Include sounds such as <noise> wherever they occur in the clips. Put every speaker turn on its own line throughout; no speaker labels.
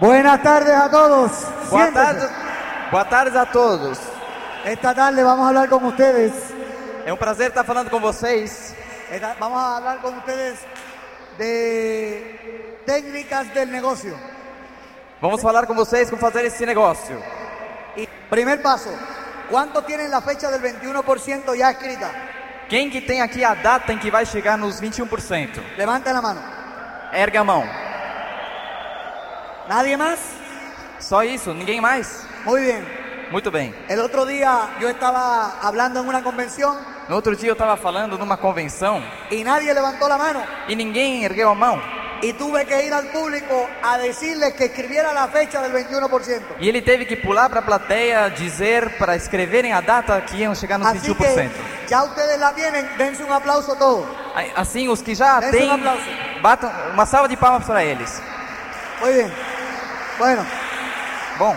Buenas tardes a todos.
Boa
Siéntense.
tarde, boa tarde a todos.
Esta tarde vamos a hablar con ustedes.
É um prazer estar falando com vocês.
Esta- vamos a hablar con ustedes de técnicas del negocio.
Vamos falar com vocês como fazer esse negócio.
Primer paso. ¿Cuántos tienen la fecha del 21% ya escrita?
Quem que tem aqui a data em que vai chegar nos 21%?
Levanten la mano.
Erga a mão.
¿Nadie más?
Só isso, ninguém mais?
Muy bien.
Muito bem.
El otro día yo estaba hablando en una convención
No outro dia eu estava falando numa convenção
y nadie levantó la mano
e ninguém ergueu a mão.
y tuve que ir al público a decirles que escribiera la fecha del 21%.
E ele teve que pular para a plateia dizer para escreverem a data que iam chegar nos
Así
21%.
que ya ustedes la tienen, dense un aplauso todos.
Aí, Assim, os que já
Desce um
têm,
aplauso.
batam uma salva de palmas para eles.
Muy bien. Bueno,
Bom,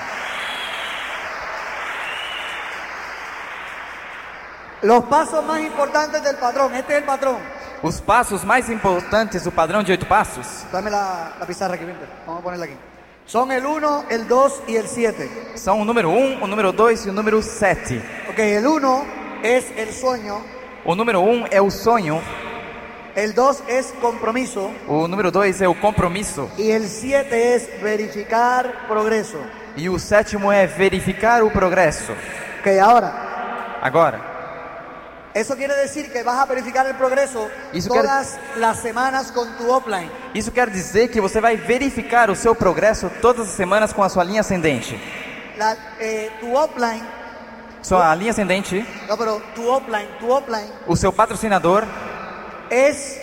los pasos más importantes del patrón. Este es el patrón.
os passos mais importantes do padrão de oito passos
Dame la, la pizarra aquí, vente. Vamos a ponerla aquí. Son el 1, el 2 y el 7.
são o número 1, o número 2 e o número 7.
Ok, el 1 es el sueño,
O número 1 é o sonho,
el 2 es compromiso
o número 2 é o compromisso
y el 7 es verificar progreso.
e o sétimo é verificar o progresso.
Ok, ahora,
Agora,
eso quiere decir que vas a verificar el progreso
Y eso quiere-
todas las semanas con tu offline.
isso quer dizer que você vai verificar o seu progresso todas as semanas com a sua linha ascendente.
La- eh, tu offline,
Sua linha ascendente,
no, pero tu offline, tu offline
o seu patrocinador,
es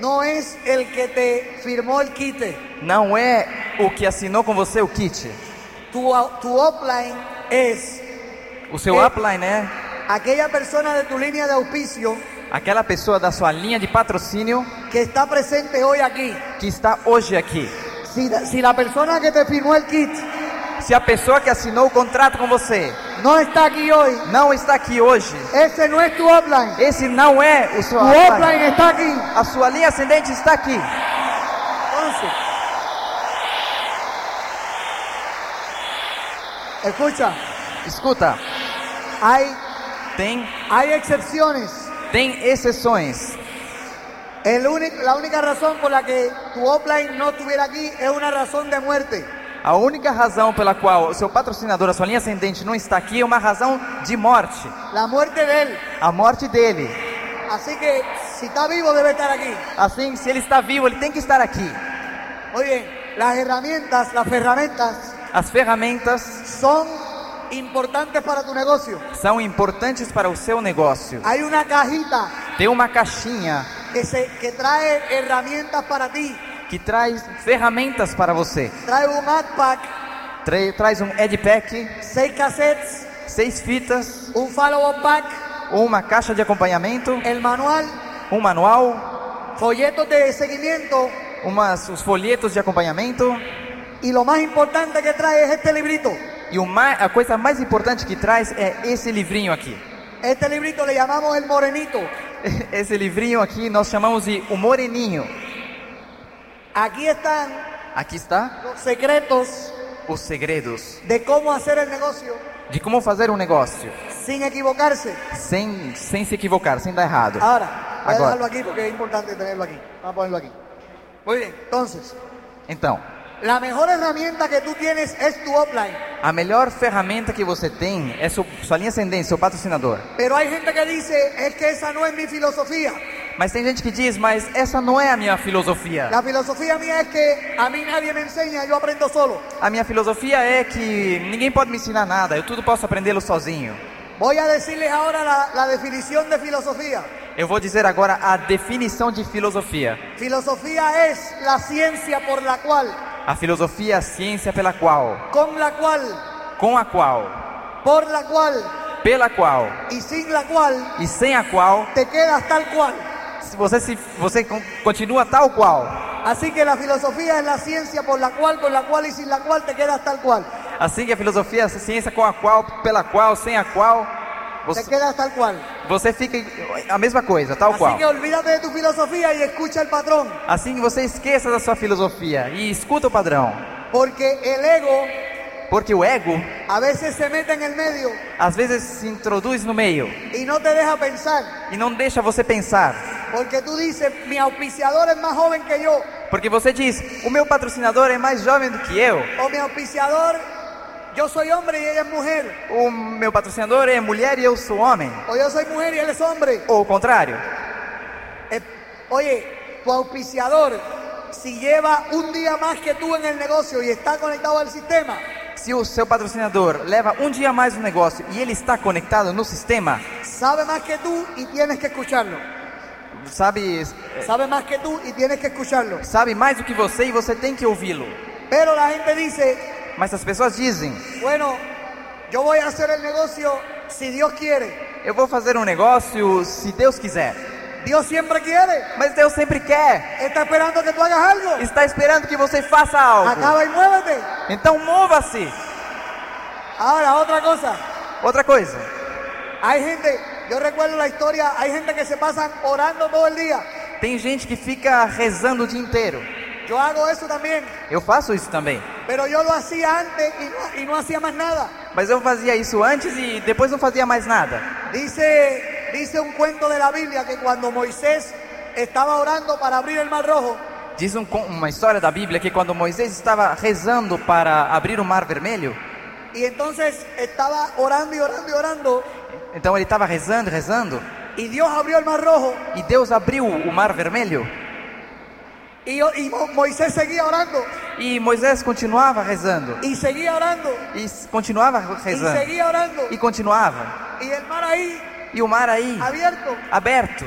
no es el que te firmó el quite.
não é o que assinou com você o kit.
Tu, tu offline es
O seu
É.
upline é
aquella persona de tu línea de auspicio
aquela pessoa da sua linha de patrocínio
que está presente hoy aquí.
que está hoje aqui.
Si, la- si la persona que te firmó el kit
Se a pessoa que assinou o contrato com você
no está aquí hoy,
não está aqui hoje,
esse no es tu offline.
esse não é o seu
Tu
upline.
offline está aquí.
A sua linha ascendente está aqui.
Entonces, escucha,
Escuta,
hay,
tem,
hay excepciones.
tem exceções.
El único- la única razón por la que tu offline no estuviera aquí es una razón de muerte.
A única razão pela qual o seu patrocinador, a sua linha ascendente, não está aqui é uma razón de morte.
La muerte de él.
A morte dele.
Así que si está vivo debe estar aquí.
Assim, se ele está vivo, ele tem que estar aqui.
Muy bien, las herramientas, las herramientas
As ferramentas
son importantes para tu negocio.
são importantes para o seu negócio.
Hay una cajita
Tem uma caixinha
que, se, que trae herramientas para ti.
que traz ferramentas para você.
Trae un ad pack,
Tra- traz um ad pack,
seis cassettes,
seis fitas,
un follow-up pack,
uma caixa de acompanhamento,
el manual,
um manual,
folletos de seguimiento
umas, os folhetos de acompanhamento.
y lo más importante que trae es este librito.
E o ma- a coisa mais importante que traz é esse livrinho aqui. <laughs>
Este librito le llamamos el morenito.
Esse livrinho aqui nós chamamos de O Moreninho.
Aquí están
Aqui está
los secretos
os segredos
de cómo hacer el negocio
de como fazer um negócio
sin equivocarse.
sem, sem se equivocar, sem dar errado.
Ah. Ahora, voy a
Ahora.
dejarlo aquí porque es importante tenerlo aquí. Vamos a ponerlo aquí. Muy bien, entonces,
Então,
la mejor herramienta que tú tienes es tu offline.
a melhor ferramenta que você tem é su- sua linha ascendente, seu patrocinador.
Pero hay gente que dice, es que esa no es mi filosofía.
Mas tem gente que diz, mas essa não é a minha filosofia.
La filosofía mía es que a mí nadie me enseña, yo aprendo solo.
A minha filosofia é que ninguém pode me ensinar nada, eu tudo posso aprendê-lo sozinho.
Voy a decirles ahora la, la definición de filosofía.
Eu vou dizer agora a definição de filosofia.
Filosofía es la ciencia por la cual,
A filosofia é a ciência pela qual,
con la cual,
com a qual,
por la cual
pela qual
y sin la cual
e sem a qual,
te quedas tal cual.
se você, se, você con- continua tal qual.
Así que la filosofía es la ciencia por la cual, con la cual y sin la cual te quedas tal cual.
Assim que a filosofia é a ciência com a qual, pela qual, sem a qual,
Te
você,
quedas tal cual.
você fica a mesma coisa, tal
Así
qual.
Assim que olvídate de tu filosofía y escucha el patrón.
Assim que você esqueça da sua filosofia e escuta o padrão.
Porque el ego
Porque o ego
a veces se mete en el medio
às vezes se introduz no meio
y no te deja pensar.
e não deixa você pensar.
Porque tú dices, mi auspiciador es más joven que yo.
Porque você diz: o meu patrocinador é mais jovem do que eu,
O mi auspiciador, yo soy hombre y ella es mujer.
o meu patrocinador é mulher e eu sou homem.
O yo soy mujer y él es hombre.
Ou o contrário.
Eh, Oye, tu auspiciador, si lleva un día más que tú en el negocio y está conectado al sistema,
Se o seu patrocinador leva um dia a mais no negócio e ele está conectado no sistema,
sabe más que tú y tienes que escucharlo.
sabe,
Sabe más que tú y tienes que escucharlo.
sabe mais do que você e você tem que ouvi-lo.
Pero la gente dice,
Mas as pessoas dizem:
bueno, yo voy a hacer el negocio si Dios quiere.
eu vou fazer um negócio se Deus quiser.
Dios siempre quiere.
Mas Deus sempre quer,
Está esperando que tú hagas algo.
está esperando que você faça algo.
Acaba y muévete.
Então mova-se.
Ahora, otra cosa.
Outra coisa.
Hay gente, yo recuerdo la historia, hay gente que se pasan orando todo el día.
Tem gente que fica rezando o dia inteiro.
Yo hago eso también.
Eu faço isso também.
Pero yo lo hacía antes y no, y no hacía más nada.
Mas eu fazia isso antes e depois não fazia mais nada.
Dice, dice un cuento de la Biblia que cuando Moisés estaba orando para abrir el mar rojo,
Diz um con- uma história da Bíblia que quando Moisés estava rezando para abrir o Mar Vermelho,
y entonces estaba orando y orando y orando,
então ele estava rezando, rezando,
y Dios abrió el mar rojo,
e Deus abriu o Mar Vermelho.
y, yo- y Mo- Moisés seguía orando,
E Moisés continuava rezando,
y seguía orando,
e s- continuava
y
rezando,
seguía orando,
e continuava.
y el mar ahí
E o mar aí,
abierto,
aberto,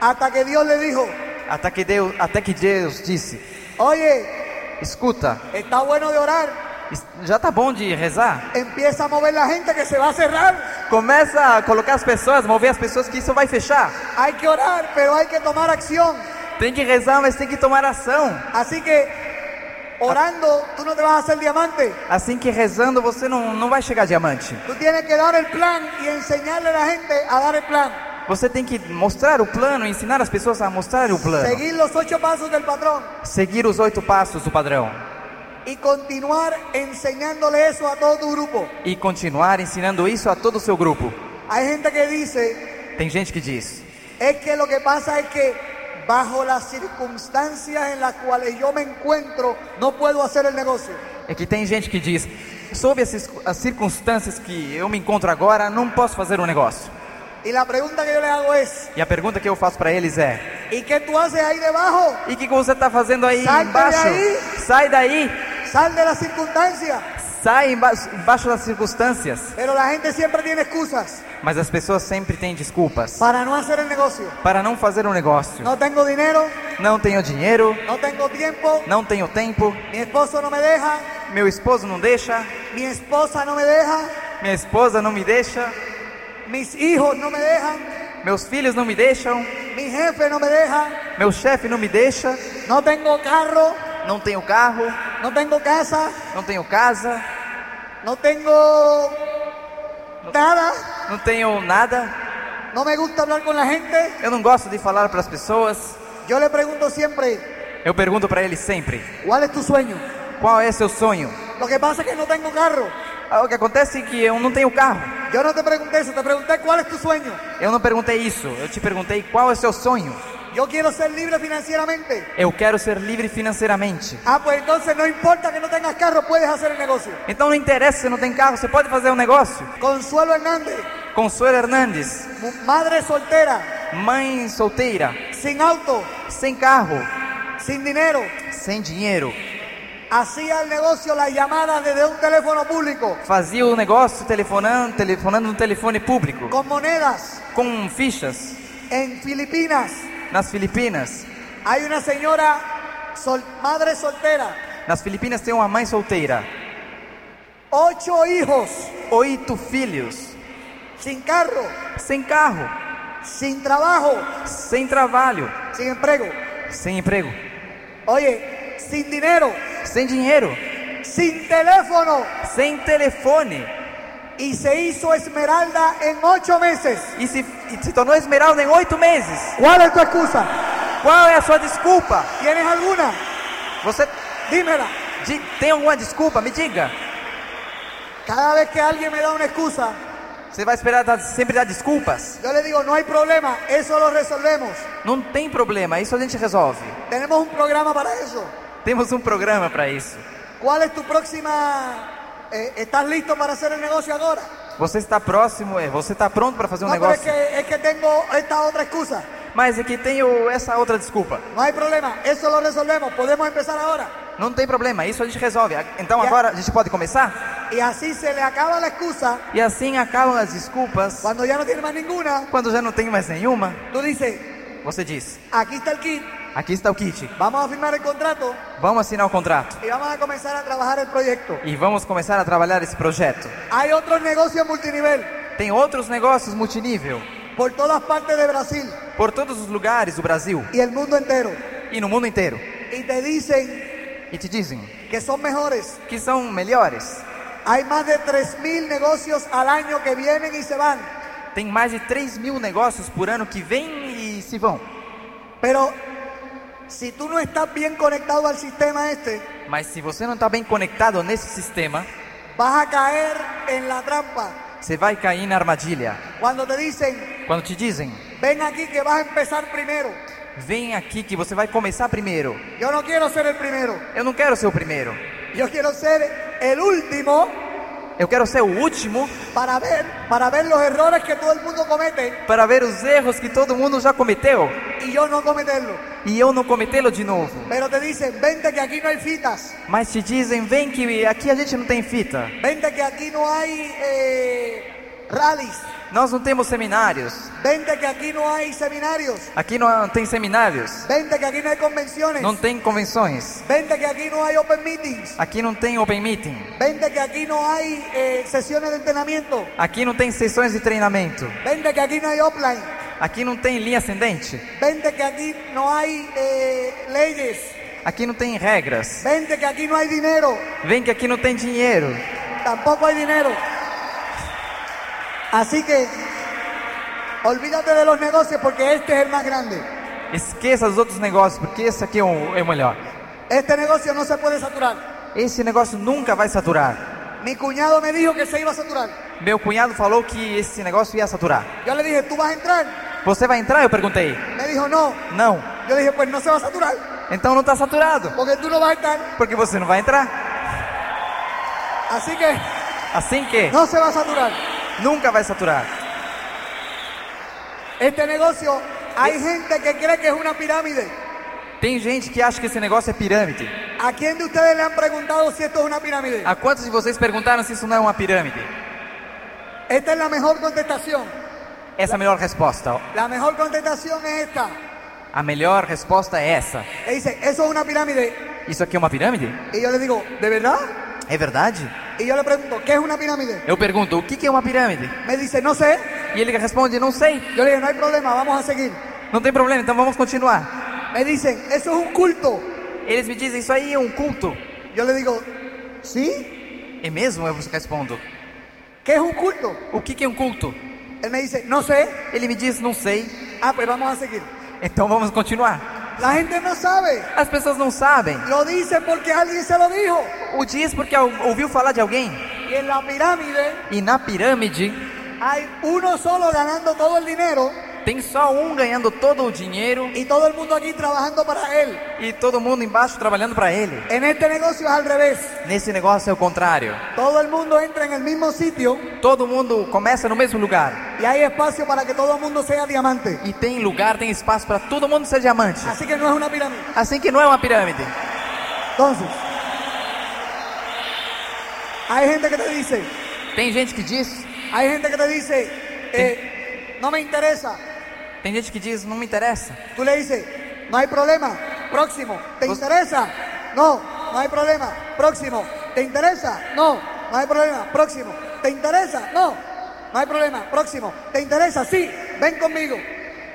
hasta que Dios le dijo,
até que Deus, até que Deus disse:
oye,
Escuta,
está bueno de orar,
es- já tá bom de rezar?
empieza a mover la gente que se va a cerrar,
Começa a colocar as pessoas, mover as pessoas que isso vai fechar.
hay que orar, pero hay que tomar acción,
Tem que rezar, mas tem que tomar ação.
así que orando tú no te vas a hacer diamante,
Assim que rezando você não, não vai chegar diamante.
tú tienes que dar el plan y enseñarle a la gente a dar el plan,
Você tem que mostrar o plano, ensinar as pessoas a mostrar o plano.
seguir los ocho pasos del patrón.
Seguir os oito passos do padrão.
y continuar enseñándole eso a todo tu grupo.
E continuar ensinando isso a todo o seu grupo.
Hay gente que dice,
Tem gente que diz:
es que lo que pasa es que bajo las circunstancias en las cuales yo me encuentro, no puedo hacer el negocio.
é que tem gente que diz, sob as, cis- as circunstâncias que eu me encontro agora, não posso fazer um negócio.
Y la pregunta que yo le hago es,
E a pergunta que eu faço para eles é:
¿y qué tú haces ahí debajo?
e o que, que você está fazendo aí
Sai
embaixo?
daí!
Sai daí!
Sal de las circunstancias.
sai emba embaixo das circunstâncias,
Pero la gente siempre tiene excusas
mas as pessoas sempre têm desculpas
para no hacer el negocio.
para não fazer um negócio.
No tengo dinero,
Não tenho dinheiro,
no tengo tiempo,
não tenho tempo,
mi esposo no me deja,
meu esposo não deixa,
mi esposa no me deja,
minha esposa não me deixa,
mis hijos no me dejan,
meus filhos não me deixam,
mi jefe no me deja,
meu chefe não me deixa,
No tengo carro,
não tenho carro,
no tengo casa,
não tenho casa,
no tengo nada,
não tenho nada.
no me gusta hablar con la gente.
Eu não gosto de falar para as pessoas.
Yo le pregunto siempre,
Eu pergunto para eles sempre:
¿cuál es tu sueño?
qual é seu sonho?
Lo que pasa es que no tengo carro.
Ah, O que acontece é que eu não tenho carro.
Yo no te pregunté eso, te pregunté cuál es tu sueño.
Eu não perguntei isso. Eu te perguntei qual é seu sonho.
Yo quiero ser libre financieramente.
Eu quero ser livre financeiramente.
Ah, pues entonces no importa que no tengas carro, puedes hacer el negocio.
Então não interessa se você não tem carro, você pode fazer um negócio.
Consuelo Hernández,
Consuelo Hernandes,
mu- madre soltera,
mãe solteira,
sin auto,
sem carro,
sin dinero,
sem dinheiro,
hacía el negocio las llamadas desde un teléfono público,
fazia o negócio telefonando, telefonando no telefone público,
con monedas,
com fichas
en Filipinas.
nas Filipinas.
Hay una señora sol- madre soltera,
Nas Filipinas tem uma mãe solteira,
ocho hijos,
oito filhos,
sin carro,
sem carro,
sin trabajo,
sem trabalho,
sin empleo.
sem emprego,
Oye, sin dinero,
sem dinheiro,
sin teléfono.
sem telefone
Y se hizo esmeralda en ocho meses.
e se, e se tornou esmeralda em oito meses.
¿Cuál es tu excusa?
Qual é a sua desculpa?
¿Tienes alguna?
Você
Dímela.
Di- Tem alguma desculpa? Me diga.
Cada vez que alguien me da una excusa,
Você vai esperar dar- sempre dar desculpas?
yo le digo, no hay problema, eso lo resolvemos.
Não tem problema, isso a gente resolve.
Tenemos un programa para eso.
Temos um programa para isso.
¿Cuál es tu próxima? eh, ¿Estás listo para hacer el negocio agora?
Você está próximo, é, você está pronto para fazer um
No, pero es
negócio.
é que, es que tengo esta otra excusa.
Mas é que tem o- essa outra desculpa.
No hay problema, eso lo resolvemos, podemos empezar ahora.
Não tem problema, isso a gente resolve. A- Então
E a-
agora a gente pode começar?
Y así se le acaba la excusa.
E assim acabam as desculpas.
Cuando ya no tiene más ninguna,
Quando já não tem mais nenhuma,
tú dices,
você diz:
aquí está el kit,
aqui está o kit,
vamos a firmar el contrato
vamos assinar o contrato
y vamos a comenzar a trabajar el proyecto.
e vamos começar a trabalhar esse projeto.
Hay otros negocios multinivel
Tem outros negócios multinível
por todas partes de Brasil
por todos os lugares do Brasil
y el mundo entero
e no mundo inteiro
y te dicen
e te dizem
que son mejores.
que são melhores.
Hay más de 3.000 negocios al año que vienen y se van,
Tem mais de 3 mil negócios por ano que vêm e se vão.
pero si tú no estás bien conectado al sistema este,
Mas se você não está bem conectado nesse sistema,
vas a caer en la trampa
você vai cair na armadilha.
cuando te dicen,
Quando te dizem,
ven aquí que vas a empezar primero.
vem aqui que você vai começar primeiro.
Yo no quiero ser el primero,
Eu não quero ser o primeiro.
yo quiero ser el último
Eu quero ser o último
para ver, para ver los errores que todo el mundo comete
para ver os erros que todo mundo já cometeu
y yo no cometerlo.
e eu não cometê-lo de novo.
Pero te dicen, vente que aquí no hay fitas,
Mas te dizem, vem que aqui a gente não tem fita.
vente que aquí no hay eh, rallies,
Nós não temos seminários.
vente que aquí no hay seminarios,
Aqui não tem seminários.
vente que aquí no hay convenciones,
Não tem convenções.
vente que aquí no hay open meetings,
Aqui não tem open meeting.
vente que aquí no hay eh, sesiones de entrenamiento,
Aqui não tem sessões de treinamento.
vente que aquí no hay offline,
Aqui não tem linha ascendente.
vente que aquí no hay eh, leyes,
Aqui não tem regras.
vente que aquí no hay dinero,
Vem que aqui não tem dinheiro.
tampoco hay dinero. Así que olvídate de los negocios porque este es el más grande.
Esqueça os outros negócios, porque esse aqui é o, é o melhor.
Este negocio no se puede saturar.
Esse negócio nunca vai saturar.
Mi cuñado me dijo que se iba a saturar.
Meu cunhado falou que esse negócio ia saturar.
Yo le dije, ¿tú vas a entrar?
Você vai entrar? Eu perguntei.
Me dijo, no.
Não.
Yo le dije, pues no se va a saturar
Então não está saturado,
porque tú no vas a entrar.
porque você não vai entrar.
Así que
Assim que
no se va a saturar.
nunca vai saturar.
Este negocio, hay gente que cree que es una pirámide.
Tem gente que acha que esse negócio é pirâmide.
¿A quién de ustedes le han preguntado si esto es una pirámide?
Há quantos de vocês perguntaram se isso não é uma pirâmide?
Esta es la mejor contestación.
Essa é a melhor resposta. ó.
La mejor contestación es esta.
A melhor resposta é essa.
Le dice, eso es una pirámide.
Isso aqui é uma pirâmide?
Y yo le digo, ¿de verdad?
É verdade?
Y yo le pregunto, ¿qué es una pirámide?
Eu pergunto, o que que é uma pirâmide?
Me dice, no sé.
E ele responde, não sei.
Yo le digo, no hay problema, vamos a seguir.
Não tem problema, então vamos continuar.
Me dicen, eso es un culto.
Eles me dizem, isso aí é um culto.
Yo le digo, ¿sí?
É mesmo? Eu respondo.
¿Qué es un culto?
O que que é um culto?
Él me dice, no sé.
Ele me diz, não sei.
Ah, pues vamos a seguir.
Então vamos continuar.
La gente no sabe.
As pessoas não sabem.
Lo dice porque alguien se lo dijo.
O diz porque ou- ouviu falar de alguém.
Y en la pirámide
E na pirâmide
hay uno solo ganando todo el dinero
tem só um ganhando todo o dinheiro
y todo el mundo aquí trabajando para él.
e todo mundo embaixo trabalhando para ele.
En este negocio es al revés.
Nesse negócio é o contrário.
Todo el mundo entra en el mismo sitio
Todo mundo começa no mesmo lugar
y hay espacio para que todo el mundo sea diamante.
e tem lugar, tem espaço para todo mundo ser diamante.
Así que no es una pirámide.
Assim que não é uma pirâmide.
Entonces, hay gente que te dice,
Tem gente que diz,
hay gente que te dice, eh, no me interesa.
tem gente que diz, não me interessa.
Tú le dices, no hay problema, próximo, ¿te
Pues-
interesa? No, no hay problema, próximo, ¿te interesa? No, no hay problema, próximo, ¿te interesa? No, no hay problema, próximo, ¿te interesa? Sí, ven conmigo.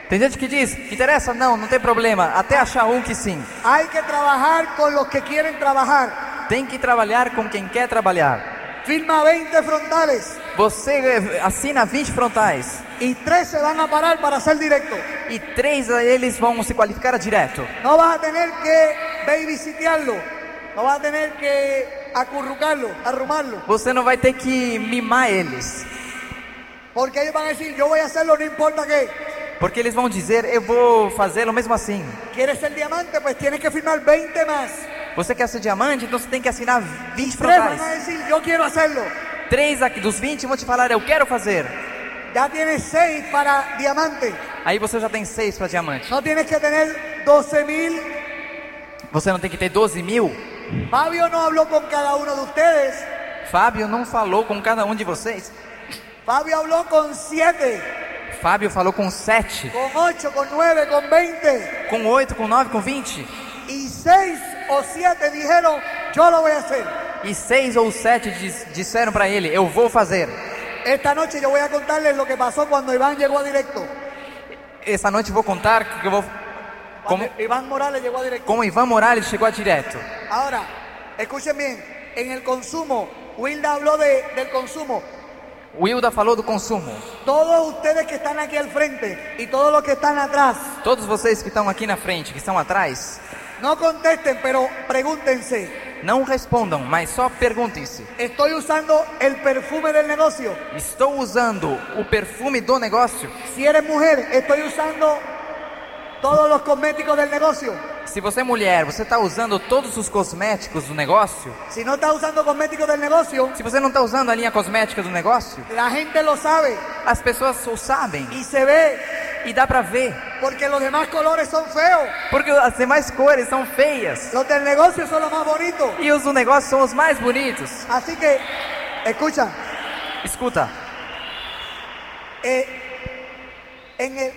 Tem gente que diz, interessa não, não tem problema, até achar um que sim.
Hay que trabajar con los que quieren trabajar.
Tem que trabalhar com quem quer trabalhar.
Firma 20 frontales
Você eh, assina 20 frontais
y 3 se van a parar para ser directo.
e três deles vão se qualificar a direto.
No vas a tener que babysitearlo. No vas a tener que acurrucarlo, arrumarlo.
Você não vai ter que mimar eles.
Porque ellos van a decir, yo voy a hacerlo no importa qué.
Porque eles vão dizer, eu vou fazê-lo mesmo assim.
¿Quieres ser diamante? Pues tienes que firmar 20 más.
Você quer ser diamante, então você tem que assinar 20
Tres van a
frontais.
decir, yo quiero hacerlo.
Três aqui dos 20 vão te falar, eu quero fazer.
Ya tienes 6 para diamante.
Aí você já tem seis para diamante.
No tienes que tener 12 mil.
Você não tem que ter 12 mil?
Fabio no habló con cada uno de ustedes.
Fábio não falou com cada um de vocês.
Fabio habló con 7,
Fábio falou com sete,
con 8, con 9, con 20.
com oito, com nove, com 20.
Y 6 o 7 dijeron, yo lo voy a hacer.
E seis ou sete dis- disseram para ele, eu vou fazer.
Esta noche yo voy a contarles lo que pasó cuando Iván llegó a directo.
Essa noite eu vou contar que eu vou...
Cuando
Como,
Iván Morales llegó a directo.
como Ivan Morales chegou a direto.
Ahora, escuchen bien, en el consumo, Wilda habló de- del consumo.
O Hilda falou do consumo.
Todos ustedes que están aquí al frente y todos los que están atrás,
Todos vocês que estão aqui na frente, que estão atrás,
no contesten, pero pregúntense,
não respondam, mas só perguntem-se.
¿estoy usando el perfume del negocio?
Estou usando o perfume do negócio?
Si eres mujer, estoy usando todos los cosméticos del negocio.
Se você é mulher, você está usando todos os cosméticos do negócio?
Si no estás usando cosméticos del negocio,
Se você não está usando a linha cosmética do negócio,
la gente lo sabe
as pessoas o sabem
y se ve
e dá pra ver.
porque los demás colores son feos.
Porque as demais cores são feias
Los del negocio son los más bonitos.
e os do negócio são os mais bonitos.
Así que, escucha,
Escuta,
eh, en, el-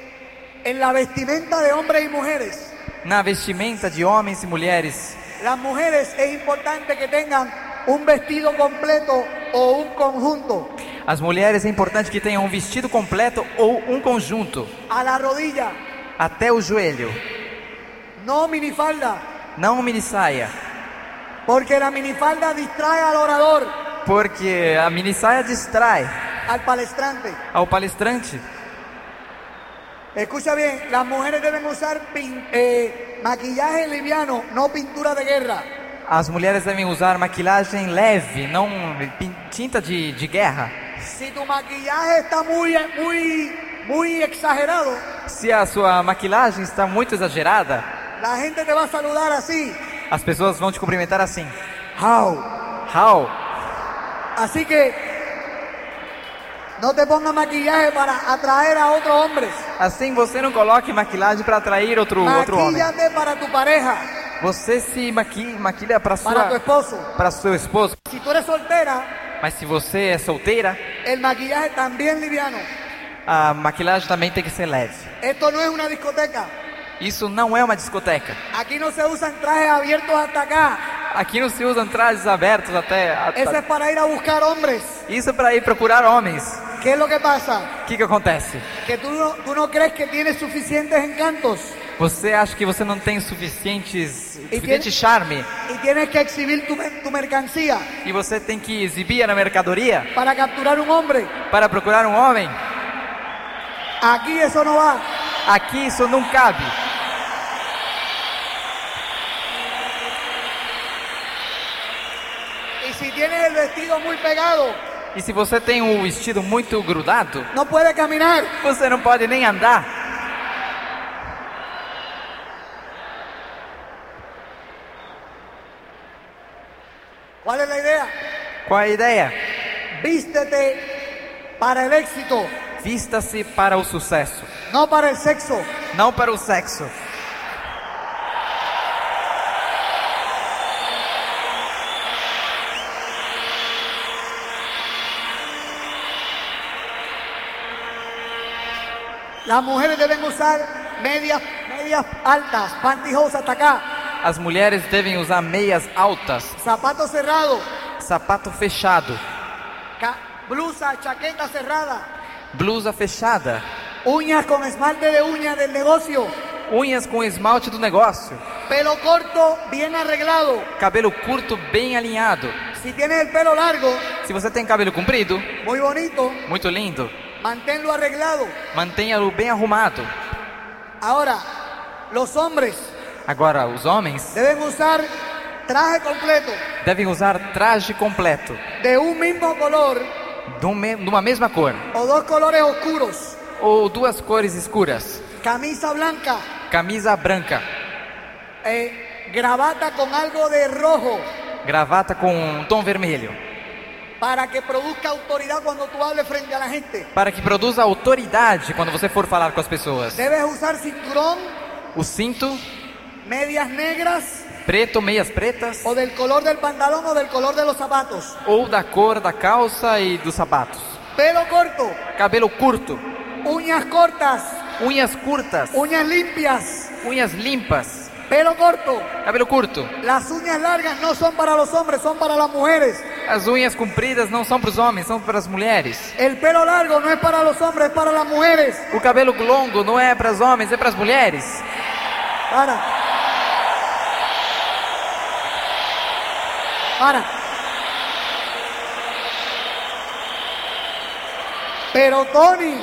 en la vestimenta de hombres y mujeres,
na vestimenta de homens e mulheres,
las mujeres es importante que tengan un vestido completo o un conjunto
as mulheres é importante que tenham um vestido completo ou um conjunto
a la rodilla,
até o joelho.
no minifalda,
Não mini saia,
porque la minifalda distrae al orador,
porque a mini saia distrai
al palestrante.
ao palestrante.
Escucha bien, las mujeres deben usar pin- eh, maquillaje liviano, no pintura de guerra.
As mulheres devem usar maquilhagem leve, não pin- tinta de, de guerra.
Si tu maquillaje está muy, muy, muy exagerado,
Se a sua maquilhagem está muito exagerada,
la gente te va a saludar así.
as pessoas vão te cumprimentar assim.
How?
How?
Así que no te pongas maquillaje para atraer a otros hombres.
Assim você não coloque maquilagem para atrair outro, outro homem.
Maquillate para tu pareja,
Você se maqui, maquilha para
para tu
sua
esposo.
para seu esposo,
Si tú eres soltera,
mas se você é solteira,
el maquillaje también liviano.
a maquilhagem também tem que ser leve.
Esto no es una discoteca.
Isso não é uma discoteca.
Aquí no se usan trajes abiertos hasta acá.
Aqui não se usam trajes abertos até.
Ese es
até
para ir a buscar hombres.
isso é para ir procurar homens.
¿Qué es lo que pasa?
O que, que acontece?
Que tú no, tú no crees que tienes suficientes encantos
Você acha que você não tem suficientes,
tiene-
suficiente charme
y tienes que exhibir tu, mer- tu mercancía
e você tem que exibir na mercadoria
para capturar un hombre.
para procurar um homem?
Aquí eso no va.
Aqui isso não cabe.
Y si tienes el vestido muy pegado,
E se você tem um vestido muito grudado,
no puedes caminar.
Você não pode nem andar.
¿Cuál es la idea?
Qual a ideia?
Vístete para el éxito,
Vista-se para o sucesso,
no para el sexo.
não para o sexo.
Las mujeres deben usar medias, medias altas, pantijos hasta acá,
As mulheres devem usar meias altas,
zapatos cerrados,
sapato fechado,
ca- blusa, chaqueta cerrada,
blusa fechada,
uñas con esmalte de uña del negocio,
unhas com esmalte do negócio,
pelo corto bien arreglado.
cabelo curto bem alinhado.
Si tienes el pelo largo,
Se você tem cabelo comprido,
muy bonito,
muito lindo,
manténlo arreglado.
mantenha-o bem arrumado.
Ahora, los hombres
Agora, os homens
deben usar Traje completo
devem usar traje completo,
de un mismo color
de, um me- de uma mesma cor,
o dos colores oscuros.
ou duas cores escuras,
Camisa blanca,
camisa branca,
eh, gravata con algo de rojo
gravata com um tom vermelho,
para que produzca autoridad cuando tú hables frente a la gente.
para que produza autoridade quando você for falar com as pessoas.
Debes usar cinturón,
O cinto
medias negras
preto, meias pretas,
o del color del pantalón o del color de los zapatos.
ou da cor da calça e dos sapatos.
Pelo corto,
Cabelo curto,
uñas cortas,
unhas curtas,
uñas limpias.
unhas limpas,
Pelo corto,
cabelo curto.
las uñas largas no son para los hombres, son para las mujeres.
As unhas compridas não são para os homens, são para as mulheres.
El pelo largo no es para los hombres, es para las mujeres.
O cabelo longo não é para os homens, é para as mulheres.
Para. Para. Pero Tony,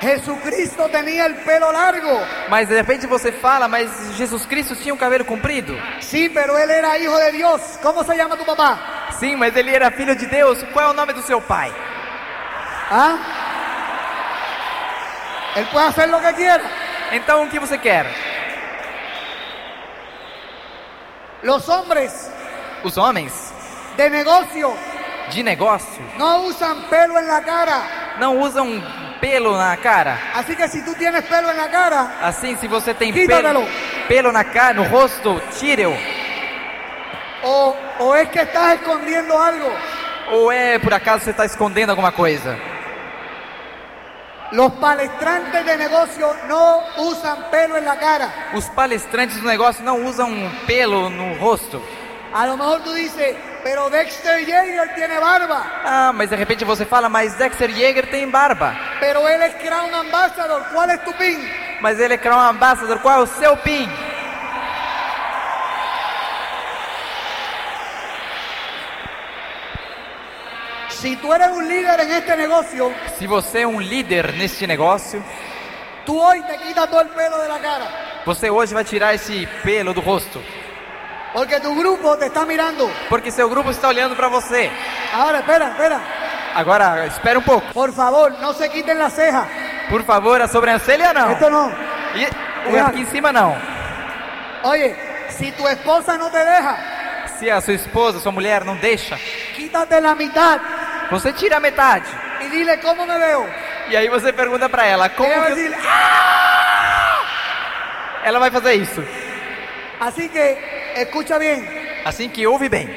Jesucristo tenía el pelo largo.
Mas de repente você fala, mas Jesus Cristo tinha um cabelo comprido?
Sí, pero él era hijo de Dios. ¿Cómo se llama tu papá?
Sim, mas ele era filho de Deus. Qual é o nome do seu pai?
¿Ah? Él puede hacer lo que quiera.
Então o que você quer?
Los hombres
Os homens
de negocio
de negócio
no usan pelo en la cara.
não usam pelo na cara.
Así que si tú tienes pelo en la cara,
Assim, se você tem
Quítamelo.
pelo, pelo na cara, no rosto, tire-o.
O, o es que estás escondiendo algo.
Ou é por acaso você está escondendo alguma coisa?
Los palestrantes de negocio no usan pelo en la cara.
Os palestrantes do negócio não usam um pelo no rosto.
A lo mejor tú dices, pero Dexter Yeager tiene barba,
Ah, mas de repente você fala, mas Dexter Yeager tem barba.
pero él es Crown Ambassador. ¿Cuál es tu pin?
Mas ele é Crown Ambassador, qual é o seu PIN?
Si tú eres un líder en este negocio,
Se você é um líder neste negócio,
tú hoy te quitas todo el pelo de la cara,
você hoje vai tirar esse pelo do rosto.
porque tu grupo te está mirando.
Porque seu grupo está olhando para você.
Ahora, espera, espera.
Agora, espera um pouco.
Por favor, no se quiten la ceja.
Por favor, a sobrancelha não.
Esto no.
E o aqui em cima não.
Oye, si tu esposa no te deja,
Se a sua esposa, sua mulher não deixa,
quítate la mitad
você tira a metade.
y dile cómo me veo.
E aí você pergunta pra ela, como
Ella va a
que
decir, ah,
ela vai fazer isso?
Así que, escucha bien,
Assim que ouve bem.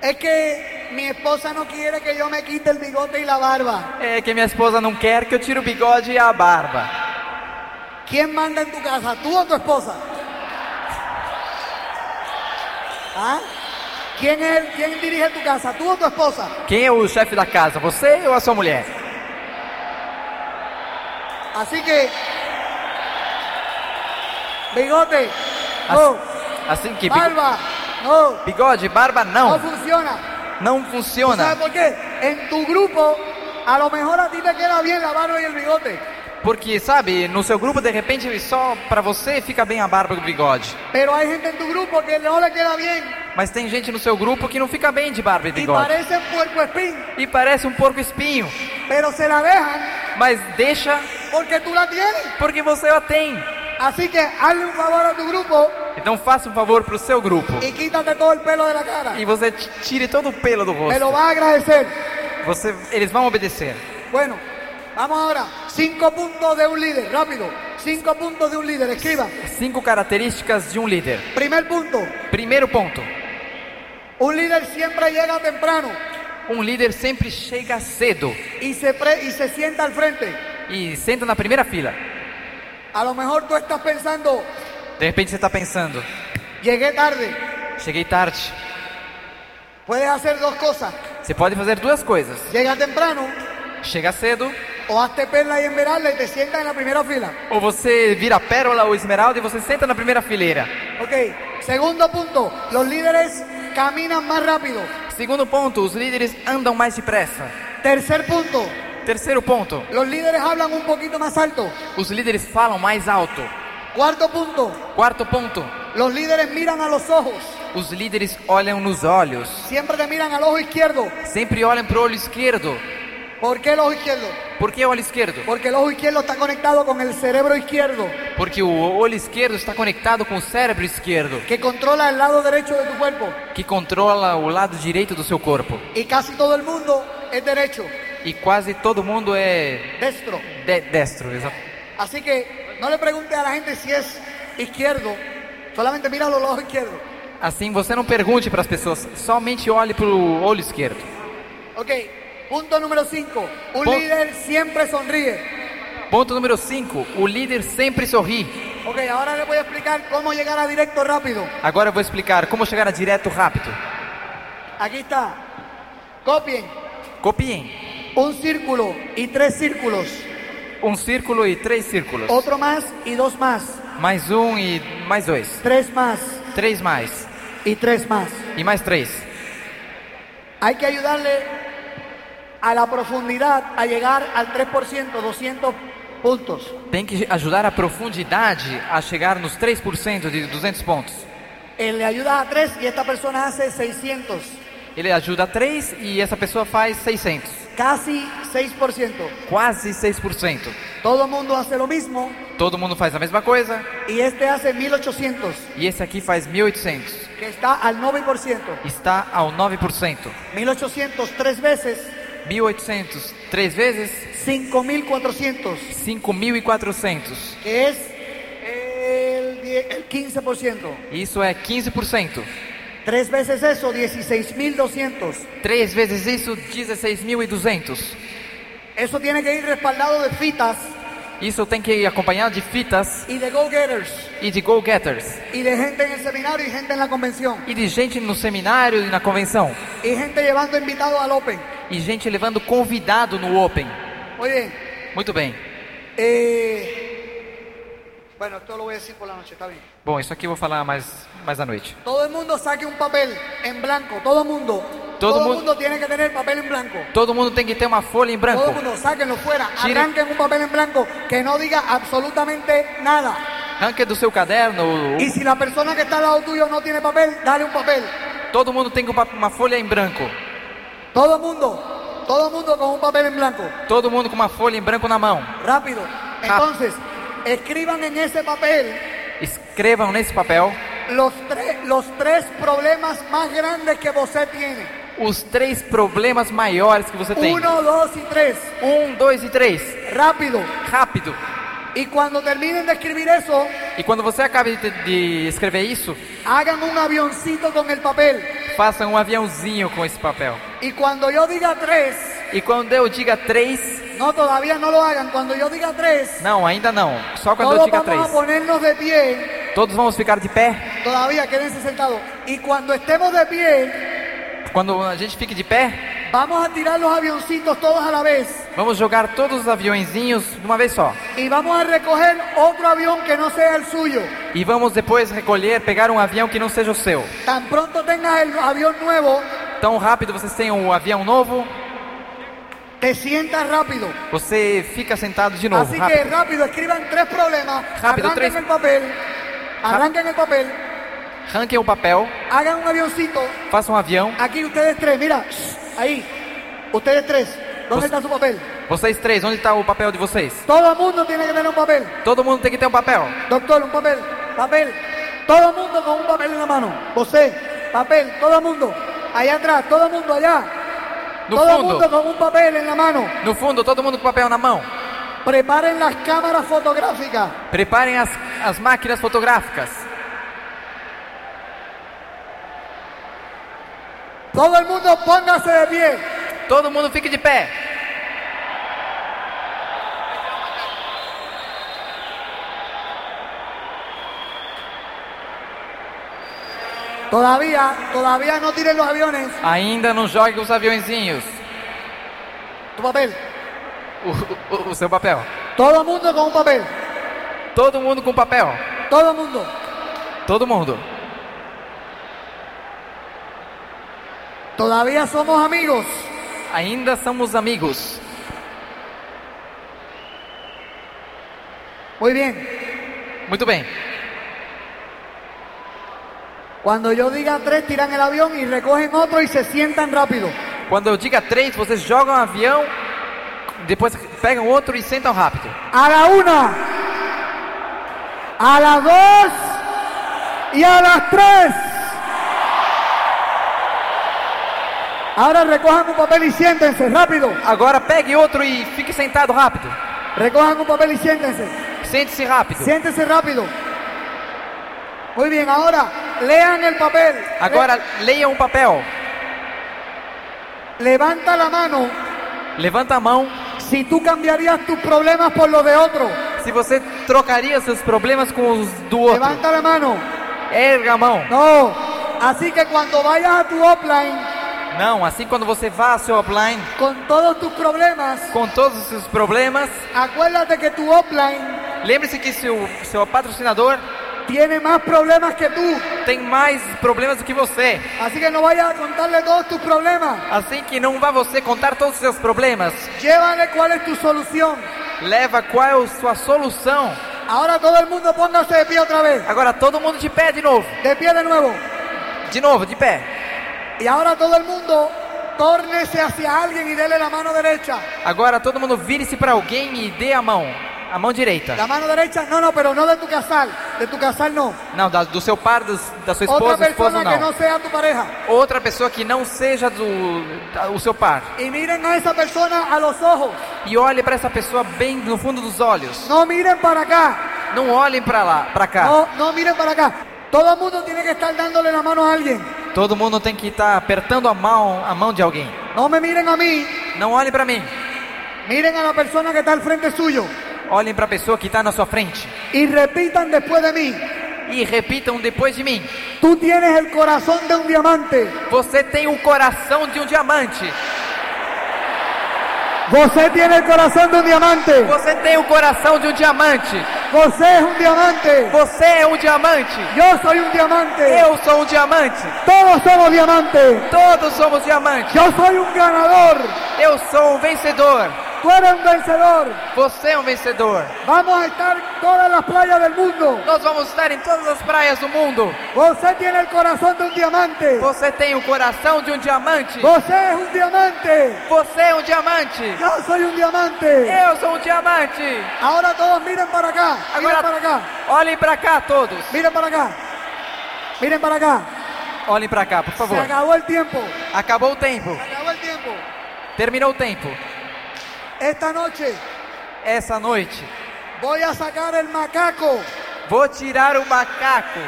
es que mi esposa no quiere que yo me quite el bigote y la barba.
É que minha esposa não quer que eu tire o bigode e a barba.
¿Quién manda en tu casa, tú o tu esposa? ¿Ah? ¿Quién, es, el- ¿Quién dirige tu casa, tú o tu esposa?
Quem é o chefe da casa, você ou a sua mulher?
Así que, bigote,
As-
no,
Assim que bi-
barba, no,
bigode, barba
no
não,
funciona.
não
¿Tú ¿Sabes
funciona.
por quê? En tu grupo, a lo mejor a ti te queda bien la barba y el bigote.
Porque sabe, no seu grupo de repente só pra você fica bem a barba e o bigode.
Pero hay gente en tu grupo que no le queda bien
Mas tem gente no seu grupo que não fica bem de barba e
y
bigode.
parecen puerco espín,
E parece um porco espinho,
pero se la dejan
mas deixa
porque tú la tienes.
porque você a tem.
Así que hazle un favor a tu grupo
Então faça um favor pro seu grupo.
y quítate todo el pelo de la cara.
E você t- tire todo o pelo do
Me
rosto.
lo va a agradecer.
Você, eles vão obedecer.
Bueno, vamos ahora. Cinco puntos de un líder, rápido. Cinco puntos de un líder, escriba.
Cinco características de um líder.
Primer punto,
Primeiro ponto:
un líder siempre llega temprano
um líder sempre chega cedo
y se, pre- y se sienta al frente.
e senta na primeira fila.
A lo mejor tú estás pensando,
De repente você está pensando:
llegué tarde.
cheguei tarde.
Puedes hacer dos cosas.
Você pode fazer duas coisas:
Llega temprano
chega cedo,
O hazte perla y esmeralda y te sientas en la primera fila.
ou você vira pérola ou esmeralda e você senta na primeira fileira.
Ok. Segundo punto, los líderes caminan más rápido.
Segundo ponto: os líderes andam mais depressa.
Tercer punto,
Terceiro ponto:
los líderes hablan un poquito más alto.
os líderes falam mais alto.
Cuarto punto,
Quarto ponto:
Los líderes miran a los ojos.
Os líderes olham nos olhos.
Siempre te miran al ojo izquierdo.
Sempre olham pro olho esquerdo.
¿Por qué el ojo izquierdo?
Por que o olho esquerdo?
Porque el ojo izquierdo está conectado con el cerebro izquierdo,
Porque o olho esquerdo está conectado com o cérebro esquerdo,
que controla el lado derecho de tu cuerpo.
que controla o lado direito do seu corpo.
Y casi todo el mundo es derecho,
E quase todo mundo é
destro.
de destro, exato.
Así que no le preguntes a la gente si es izquierdo, solamente mira los ojos izquierdos.
Assim, você não pergunte para as pessoas, somente olhe pro olho esquerdo.
Ok, punto número 5. Un
Pon-
líder siempre sonríe.
Ponto número 5, o líder sempre sorri.
Ok, ahora les voy a explicar cómo llegar a directo rápido.
Agora eu vou explicar como chegar a direto rápido.
Aquí está. Copien
Copiem
un círculo y tres círculos.
um círculo e três círculos.
Otro más y dos más.
Mais um e mais dois.
Tres más
Três mais.
y tres más.
E mais três.
Hay que ayudarle a la profundidad a llegar al 3%, 200 puntos.
Tem que ajudar a profundidade a chegar nos 3% de 200 pontos.
Él le ayuda a 3 y esta persona hace 600,
Ele ajuda 3 e essa pessoa faz 600.
casi 6%.
Quase 6%.
Todo el mundo hace lo mismo
Todo mundo faz a mesma coisa
y este hace 1800,
e esse aqui faz 1800.
que está al 9%.
Está ao 9%.
1800 tres veces,
1800 três vezes
5400,
5400.
que es el, die- el 15%.
Isso é 15%.
Tres veces eso, 16200.
Três vezes isso 16200.
Eso tiene que ir respaldado de fitas
Isso tem que ir acompanhado de fitas
y de go-getters
e de go getters
y de gente en el seminario y gente en la convención
e de gente no seminário e na convenção
y gente llevando invitados al Open.
e gente levando convidado no open.
Muy bien.
Muito bem.
Eh, bueno, esto lo voy a decir por la noche, está bien.
Bom, isso aqui eu vou falar mais mais à noite.
Todo el mundo saque un papel en blanco, todo el mundo.
Todo
el
mu-
mundo tiene que tener papel en blanco.
Todo mundo tem que ter uma folha em
Todo el
branco.
mundo, sáquenlo fuera,
Tire-
arranquen un papel en blanco que no diga absolutamente nada.
Arranque do seu caderno. o-
Y si la persona que está al lado tuyo no tiene papel, dale un papel.
Todo mundo tem uma- uma folha em branco.
Todo el mundo, todo el mundo con un papel en blanco,
Todo mundo com uma folha em branco na mão.
rápido. Entonces, escriban en ese papel
Escrevam nesse papel
los, tres- los tres problemas más grandes que usted tiene.
os três problemas maiores que você tem.
Uno, dos y tres.
Um, dois e três.
Rápido.
Rápido.
Y cuando terminen de escribir eso,
E quando você acaba de, te- de escrever isso,
hagan un avioncito con el papel.
faça um aviãozinho com esse papel.
Y cuando yo diga tres,
E quando eu diga três,
no, todavía no lo hagan. Cuando yo diga tres,
não, ainda não. Só quando eu
todos
diga
vamos
três.
a ponernos de pie.
Todos vamos ficar de pé.
Todavía quédense sentados. Y cuando estemos de pie,
Quando a gente fique de pé,
vamos a tirar los avioncitos todos a la vez.
vamos jogar todos os aviõezinhos de uma vez só.
Y vamos a recoger otro avión que no sea el suyo.
E vamos depois recolher, pegar um avião que não seja o seu.
Tan pronto tengas el avión nuevo,
Tão rápido vocês têm um avião novo,
te sientas rápido.
você fica sentado de novo.
Así que
rápido.
rápido, escriban tres problemas,
Rápido,
arranquen
tres.
el papel, arranquen el papel,
Arranquem o papel,
hagan un avioncito,
façam um avião.
aquí ustedes tres, mira, shh, ahí, ustedes tres, ¿dónde
Vos-
está su papel?
Vocês três, onde está o papel de vocês?
Todo el mundo tiene que tener un papel,
Todo mundo tem que ter um papel.
doctor, un papel, papel, todo el mundo con un papel en la mano, José, papel, todo el mundo, allá atrás, todo el mundo allá,
No
todo el
fundo.
mundo con un papel en la mano,
No fundo, todo mundo com papel na mão.
preparen las cámaras fotográficas,
Preparem as, as máquinas fotográficas.
todo el mundo póngase de pie.
Todo mundo fique de pé.
Todavía, todavía no tiren los aviones.
Ainda não jogue os aviõezinhos.
Tu papel.
O, o- o seu papel.
Todo el mundo con un papel.
Todo mundo com papel.
Todo el mundo.
Todo mundo.
Todavía somos amigos.
Ainda somos amigos.
Muy bien.
Muito bem.
Cuando yo diga tres, tiran el avión y recogen otro y se sientan rápido.
Quando eu diga três, vocês jogam um avião, depois pegam outro e sentam rápido.
A la una, a las dos y a las tres. Ahora recojan un papel y siéntense, rápido.
Agora pegue outro e fique sentado rápido.
Recojan un papel y siéntense.
Sente-se rápido.
Siéntense rápido. Muy bien, ahora lean el papel.
Agora leia um papel.
Le- Levanta la mano
Levanta a mão
si tú cambiarías tus problemas por los de otro.
se você trocaria seus problemas com os do outro.
Levanta la mano.
Erga a mão.
No. Así que cuando vayas a tu offline
Não, assim quando você vá ao seu offline
con todos tus problemas,
com todos os seus problemas,
acuérdate que tu offline
lembre-se que seu, seu patrocinador
tiene más problemas que tú.
tem mais problemas do que você.
Así que no vayas a contarle todos tus problemas.
Assim que não vá você contar todos os seus problemas.
Llévale cuál es tu solución.
Leva qual é a sua solução.
Ahora todo el mundo póngase de pie otra vez.
Agora todo mundo de pé de novo.
De pie de nuevo.
De novo, de pé.
Y ahora todo el mundo tórnese hacia alguien y dele la mano derecha.
Agora todo mundo vire-se para alguém e dê a mão. A mão direita.
La mano derecha, no, no, pero no de tu casal. De tu casal no.
Não, da- do seu par, dos- da sua
Otra
esposa, esposo
persona que no
não.
sea tu pareja.
Outra pessoa que não seja do da- o seu par.
Y miren a esa persona a los ojos.
E olhe para essa pessoa bem no fundo dos olhos.
No miren para acá.
Não olhem para lá, para cá.
No, no miren para acá. Todo el mundo tiene que estar dándole la mano a alguien.
Todo mundo tem que estar apertando a mão, a mão de alguém.
No me miren a mí.
Não olhem para mim.
Miren a la persona que está al frente suyo.
Olhem para a pessoa que está na sua frente
Y repitan después de mí.
e repitam depois de mim.
Tú tienes el corazón de un diamante.
Você tem o coração de um diamante.
José tiene el corazón de un diamante.
Você tem o coração de um diamante.
José es un diamante.
Você é um diamante.
Yo soy un diamante.
Eu sou um diamante.
Todos somos diamantes.
Todos somos diamantes.
Yo soy un ganador.
Eu sou um vencedor.
Tú eres un vencedor.
Você é um vencedor.
Vamos a estar en todas las playas del mundo.
Nós vamos estar em todas as praias do mundo.
José tiene el corazón de un diamante.
Você tem o coração de um diamante.
José es un diamante.
Você é um diamante.
Yo soy un diamante.
Eu sou um diamante.
Ahora todos miren para acá. Miren para acá.
olhem para cá todos.
Miren para acá. Miren para acá.
Olhem para cá, por
Se
favor.
acabó el tiempo.
Acabou o tempo.
Se acabó el tiempo.
Terminou o tempo.
Esta noche
Essa noite
voy a sacar el macaco.
vou tirar o macaco.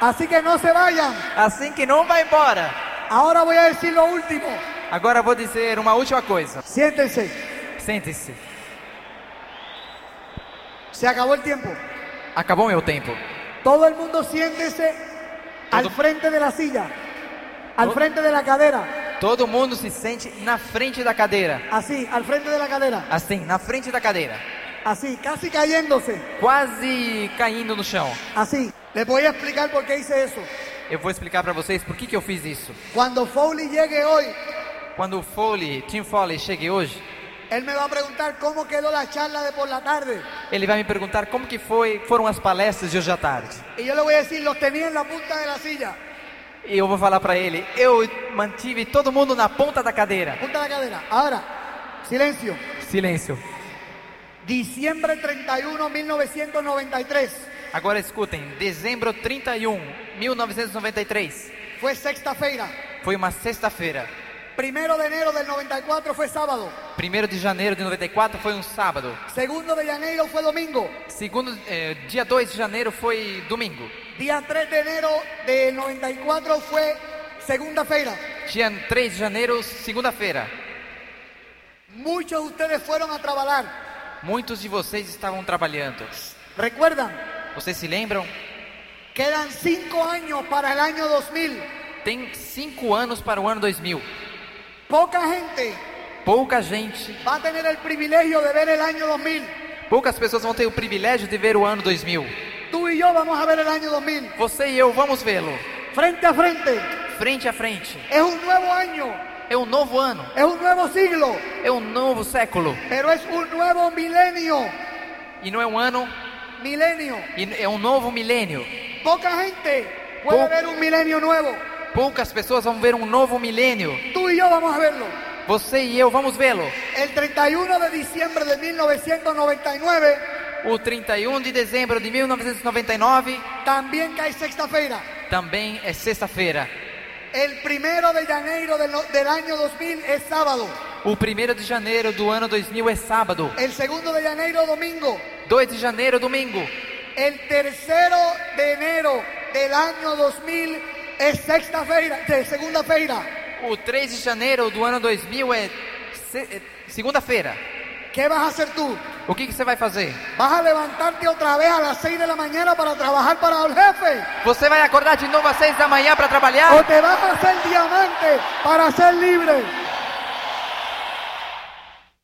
Así que no se vayan.
Assim que não vai embora.
Ahora voy a decir lo último.
Agora vou dizer uma última coisa.
Siéntense.
Sente-se.
Se acabó el tiempo.
Acabou meu tempo.
Todo el mundo siéntese al
Todo-
frente de la silla, al
Todo-
frente de la cadera,
Todo mundo se sente na frente da cadeira.
así, al frente de la cadera,
Assim, na frente da cadeira.
así, casi cayéndose,
Quase caindo no chão.
así. Les voy a explicar por qué hice eso.
Eu vou explicar para vocês por que, que eu fiz isso.
Cuando Foley llegue hoy,
Quando o Foley, Tim Foley, chegue hoje,
él me va a preguntar cómo quedó la charla de por la tarde.
ele vai me perguntar como que foi, foram as palestras de hoje à tarde.
Y yo le voy a decir, los tenía en la punta de la silla,
E eu vou falar para ele, eu mantive todo mundo na ponta da cadeira.
punta de la cadera. Ahora, silencio.
Silêncio.
Diciembre 31, 1993,
Agora escutem, dezembro 31, 1993.
fue sexta feira.
Foi uma sexta-feira.
Primero de enero del 94 fue sábado.
1 de janeiro de 94 foi um sábado.
Segundo de enero fue domingo.
Segundo, eh, dia 2 de janeiro foi domingo.
Día 3 de enero de 94 fue segunda feira.
Dia 3 de janeiro, segunda-feira.
Muchos de ustedes fueron a trabajar.
Muitos de vocês estavam trabalhando.
Recuerdan,
Vocês se lembram?
quedan 5 años para el año 2000.
Tem 5 anos para o ano 2000.
Poca gente
Pouca gente,
va a tener el privilegio de ver el año 2000.
poucas pessoas vão ter o privilégio de ver o ano 2000.
Tú y yo vamos a ver el año 2000
Você e eu vamos vê-lo.
frente a frente.
frente a frente.
Es un nuevo año,
É um novo ano,
es un nuevo siglo,
é um novo século.
pero es un nuevo milenio.
E não é um ano,
Milenio.
e é um novo milênio.
Poca gente Puede
Pou-
haber un milenio nuevo.
Poucas pessoas vão ver um novo milênio.
Tú y yo vamos a verlo.
Você e eu vamos vê-lo.
El 31 de diciembre de 1999
O 31 de dezembro de 1999
también cae sexta-feira.
também é sexta-feira.
El primero de enero del, no- del año 2000 es sábado.
O 1 de janeiro do ano 2000 é sábado.
El segundo de enero domingo.
2 de janeiro, domingo.
El tercero de enero del año 2000 es sexta feira, de segunda feira.
O 3 de janeiro do ano 2000 é se- é segunda-feira.
¿Qué vas a hacer tú?
O que, que você vai fazer?
¿Vas a levantarte otra vez a las 6 de la mañana para trabajar para el jefe?
Você vai acordar de novo às 6 da manhã para trabalhar?
¿O te vas a hacer diamante para ser libre?